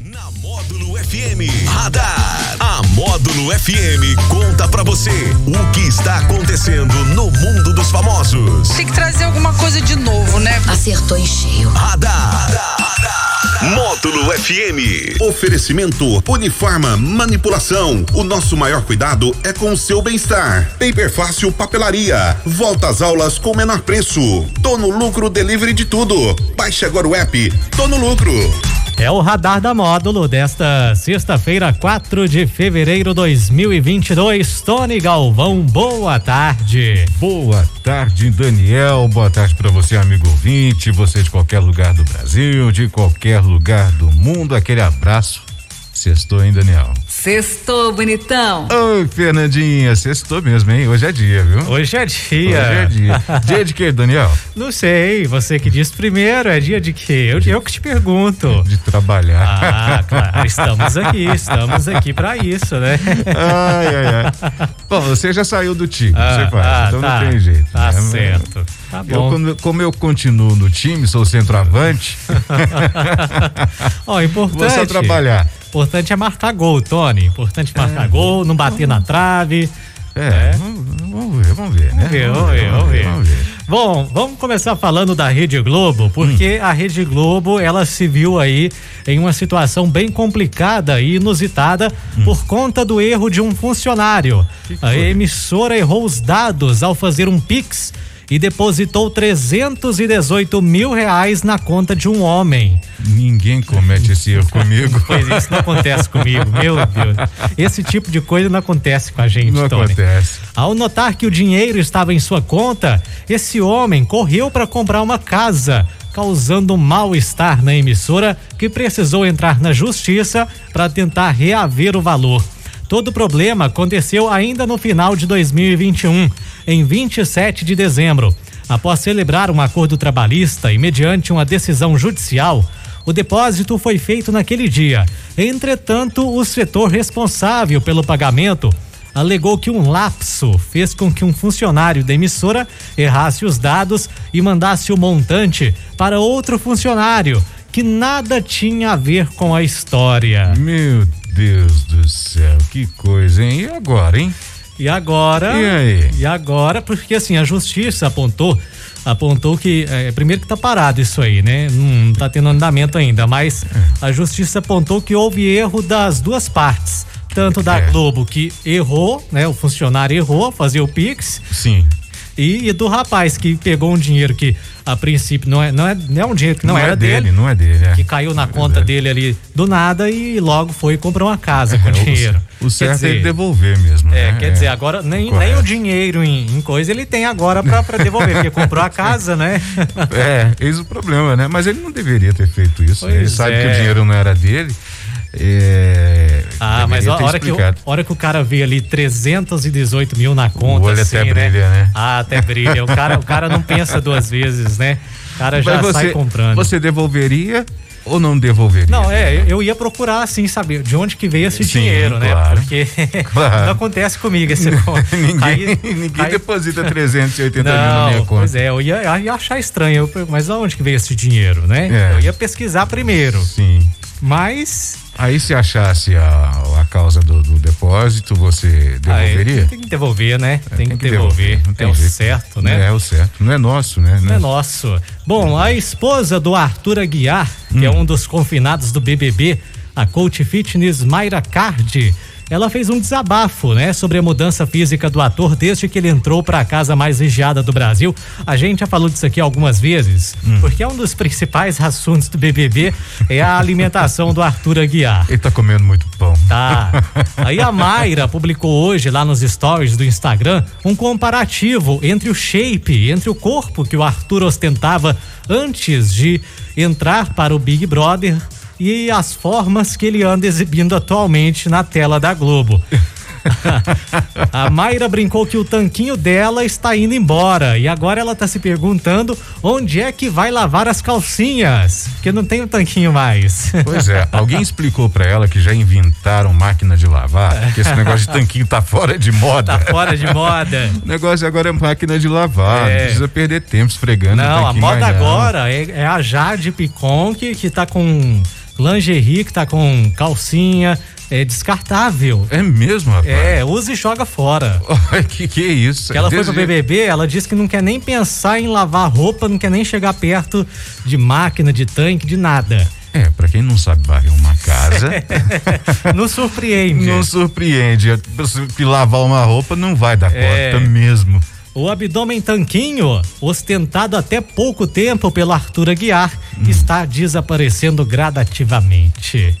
Na Módulo FM Radar. A Módulo FM conta pra você o que está acontecendo no mundo dos famosos. Tem que trazer alguma coisa de novo, né? Acertou em cheio. Radar. Módulo FM. Oferecimento Uniforma Manipulação. O nosso maior cuidado é com o seu bem-estar. Paper Fácil Papelaria. Volta às aulas com menor preço. Tô no lucro delivery de tudo. Baixe agora o app. Tô no lucro. É o radar da módulo desta sexta-feira, 4 de fevereiro de 2022. Tony Galvão, boa tarde. Boa tarde, Daniel. Boa tarde para você, amigo ouvinte, você de qualquer lugar do Brasil, de qualquer lugar do mundo. Aquele abraço. Sextou, hein, Daniel? Sextou, bonitão. Oi, Fernandinha. Sextou mesmo, hein? Hoje é dia, viu? Hoje é dia. Hoje é dia. dia de quê, Daniel? Não sei, você que diz primeiro, é dia de quê? Eu, eu que te pergunto. De trabalhar. Ah, claro, estamos aqui, estamos aqui pra isso, né? Ai, ai, ai. Bom, você já saiu do time, você faz. ah, então tá. não tem jeito. Tá né? certo. Tá Eu, bom. como, como eu continuo no time, sou centroavante, Ó, importante. vou só trabalhar. Importante é marcar gol, Tony. Importante marcar gol, não bater na trave. É, Vamos, vamos ver, vamos ver, né? Vamos ver, vamos ver, vamos ver. Vamos ver. Bom, vamos começar falando da Rede Globo, Hum. porque a Rede Globo, ela se viu aí em uma situação bem complicada e inusitada por conta do erro de um funcionário. Hum. que a foi? emissora errou os dados ao fazer um Pix e depositou 318 mil reais na conta de um homem. Ninguém comete esse erro comigo. Pois isso não acontece comigo, meu Deus. Esse tipo de coisa não acontece com a gente, Não Tony. acontece. Ao notar que o dinheiro estava em sua conta, esse homem correu para comprar uma casa, causando um mal-estar na emissora, que precisou entrar na justiça para tentar reaver o valor. Todo o problema aconteceu ainda no final de 2021, em 27 de dezembro. Após celebrar um acordo trabalhista e mediante uma decisão judicial, o depósito foi feito naquele dia. Entretanto, o setor responsável pelo pagamento alegou que um lapso fez com que um funcionário da emissora errasse os dados e mandasse o montante para outro funcionário que nada tinha a ver com a história. Meu Deus do céu, que coisa, hein? E agora, hein? E agora? E aí? E agora, porque assim, a justiça apontou apontou que, eh, primeiro que tá parado isso aí, né? Não, não tá tendo andamento ainda, mas a justiça apontou que houve erro das duas partes, tanto da É. Globo que errou, né? O funcionário errou, fazer o Pix, Sim. E, e do rapaz que pegou um dinheiro que a princípio não é, não é, não é um dinheiro que não, é era dele, não é dele. É. que caiu na conta dele ali do nada e logo foi comprar uma casa com É, o- dinheiro. O Quer certo é ele dizer, devolver mesmo. é, né? quer dizer, agora nem, nem Correto. o dinheiro em, em coisa ele tem agora pra, pra devolver, porque comprou a casa, né? É, eis o problema, né? Mas ele não deveria ter feito isso. né? ele Pois sabe é. que o dinheiro não era dele. É, Ah, mas deveria a ter hora que, o, explicado. a hora que o cara vê ali 318 mil na conta. olho assim, até brilha, né? Ah, até brilha. O cara, o cara não pensa duas vezes, né? O cara já Mas você, sai comprando. Você devolveria ou não devolveria? Não, é, eu- eu ia procurar assim, saber de onde que veio esse Sim, dinheiro, né? claro. Porque Claro. não acontece comigo esse ponto. Ninguém, Aí- ninguém aí- deposita 380 mil na minha Não, conta. pois é, eu ia, eu ia achar estranho, eu- mas aonde que veio esse dinheiro, né? É. Eu ia pesquisar primeiro, Sim. mas Aí se achasse a, a causa do, do depósito, você aí, devolveria? tem que devolver, né? Tem, que, devolver, devolver, não tem é o jeito. certo, né? É o certo. Não é nosso, né? É nosso. Bom, a esposa do Arthur Aguiar, que é um dos confinados do BBB, a coach fitness Mayra Cardi, ela fez um desabafo, né, sobre a mudança física do ator desde que ele entrou para a casa mais vigiada do Brasil. A gente já falou disso aqui algumas vezes, porque é um dos principais assuntos do BBB é a alimentação do Arthur Aguiar. Ele tá comendo muito pão. Tá. Aí a Mayra publicou hoje lá nos stories do Instagram um comparativo entre o shape, entre o corpo que o Arthur ostentava antes de entrar para o Big Brother e as formas que ele anda exibindo atualmente na tela da Globo. A Mayra brincou que o tanquinho dela está indo embora e agora ela tá se perguntando onde é que vai lavar as calcinhas, porque não tem o tanquinho mais. Pois é, alguém explicou pra ela que já inventaram máquina de lavar, que esse negócio de tanquinho tá fora de moda. Tá fora de moda. O negócio agora é máquina de lavar, É. não precisa perder tempo esfregando. o Não, a tanquinho moda mais não. agora é, é a Jade Picon que, que tá com lingerie que tá com calcinha, é descartável. É mesmo, rapaz? É, usa e joga fora. que que é isso? Que ela foi Desse pro BBB, ela disse que não quer nem pensar em lavar roupa, não quer nem chegar perto de máquina, de tanque, de nada. É, pra quem não sabe varrer uma casa, É. Não surpreende. não surpreende. Que lavar uma roupa não vai dar É. conta mesmo. O abdômen tanquinho, ostentado até pouco tempo pelo Arthur Aguiar, está desaparecendo gradativamente.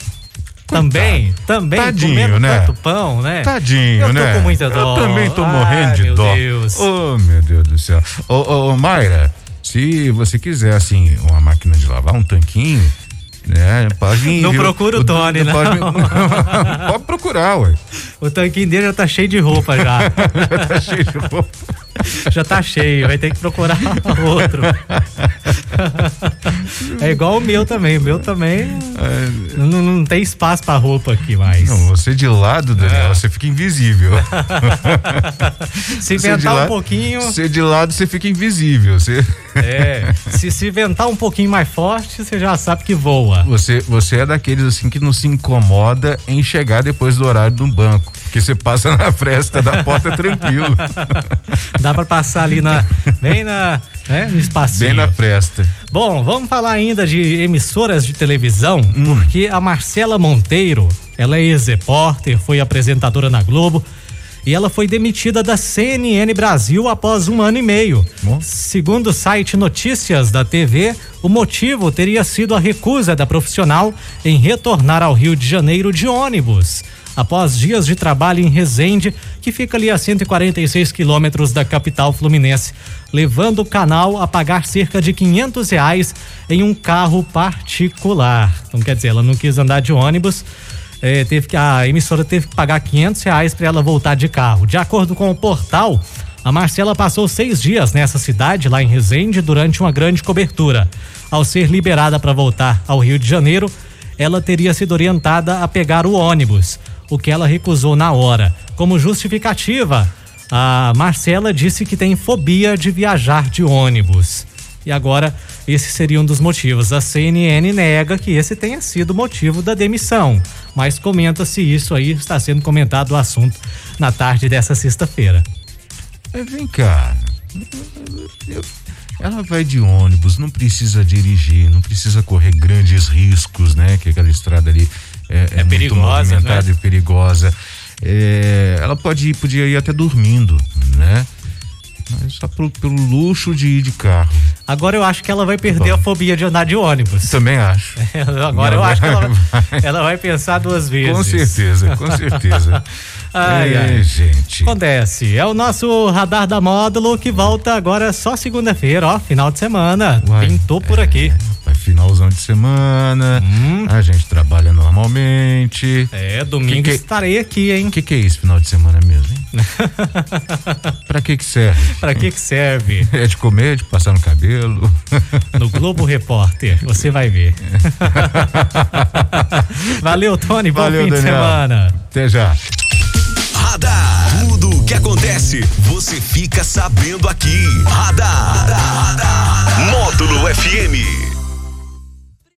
Também, também Tadinho, comendo né? tanto pão, né? Tadinho, Eu tô né? com muita dó. Eu também tô Ai, morrendo de meu dó. Deus. Oh, meu Deus do céu. Ô, ô, ô, Mayra, se você quiser, assim, uma máquina de lavar, um tanquinho, né? Pode vir. Não viu? procura o Tony, não. Pode, vir- pode procurar, ué. O tanquinho dele já tá cheio de roupa já. Já tá cheio de roupa. já tá cheio, vai ter que procurar outro. é igual o meu também, o meu também não, não tem espaço pra roupa aqui mais. É. Não, você de lado, Ah. Daniel, você fica invisível. Se Você é de inventar um lado- pouquinho, Você de lado, você fica invisível. Você, é, se se inventar um pouquinho mais forte, você já sabe que voa. você, você é daqueles assim que não se incomoda em chegar depois do horário de um banco. Porque você passa na fresta da porta tranquilo. Dá pra passar ali na bem na, né, no espacinho. Bem na fresta. Bom, vamos falar ainda de emissoras de televisão, Hum. porque a Marcela Monteiro, ela é ex-repórter, foi apresentadora na Globo e ela foi demitida da CNN Brasil após um ano e meio. Bom. Segundo o site Notícias da TV, o motivo teria sido a recusa da profissional em retornar ao Rio de Janeiro de ônibus. Após dias de trabalho em Resende, que fica ali a 146 quilômetros da capital fluminense, levando o canal a pagar cerca de 500 reais em um carro particular. Então, quer dizer, ela não quis andar de ônibus é, teve que, a emissora teve que pagar 500 reais para ela voltar de carro. De acordo com o portal, a Marcela passou seis dias nessa cidade, lá em Resende, durante uma grande cobertura. Ao ser liberada para voltar ao Rio de Janeiro, ela teria sido orientada a pegar o ônibus, o que ela recusou na hora. Como justificativa, a Marcela disse que tem fobia de viajar de ônibus. E agora, esse seria um dos motivos. A CNN nega que esse tenha sido o motivo da demissão, mas comenta se isso aí está sendo comentado o assunto na tarde dessa sexta-feira. Mas vem cá. Eu- ela vai de ônibus, não precisa dirigir, não precisa correr grandes riscos, né? Que aquela estrada ali é, é muito perigosa, movimentada e perigosa. É, ela pode ir, podia ir até dormindo, né? Mas só pelo, pelo luxo de ir de carro. Agora eu acho que ela vai perder Bom. a fobia de andar de ônibus. Também acho. Agora eu acho que ela vai, ela vai pensar duas vezes. Com certeza, com certeza. Ai, é, ai. gente. Acontece. É o nosso radar da módulo que volta agora só segunda-feira, ó, final de semana. Uai, Pintou por é, aqui. Vai finalzão de semana. A gente trabalha normalmente. Hum? É, domingo Que que- estarei aqui, hein? O que, que é isso final de semana mesmo, hein? pra que que serve? Pra que que serve? É de comer, de passar no cabelo? no Globo Repórter. Você vai ver. Valeu, Tony. Bom Valeu, fim de Daniel. semana. Até já. Radar. Tudo o que acontece, você fica sabendo aqui. Radar. Módulo FM.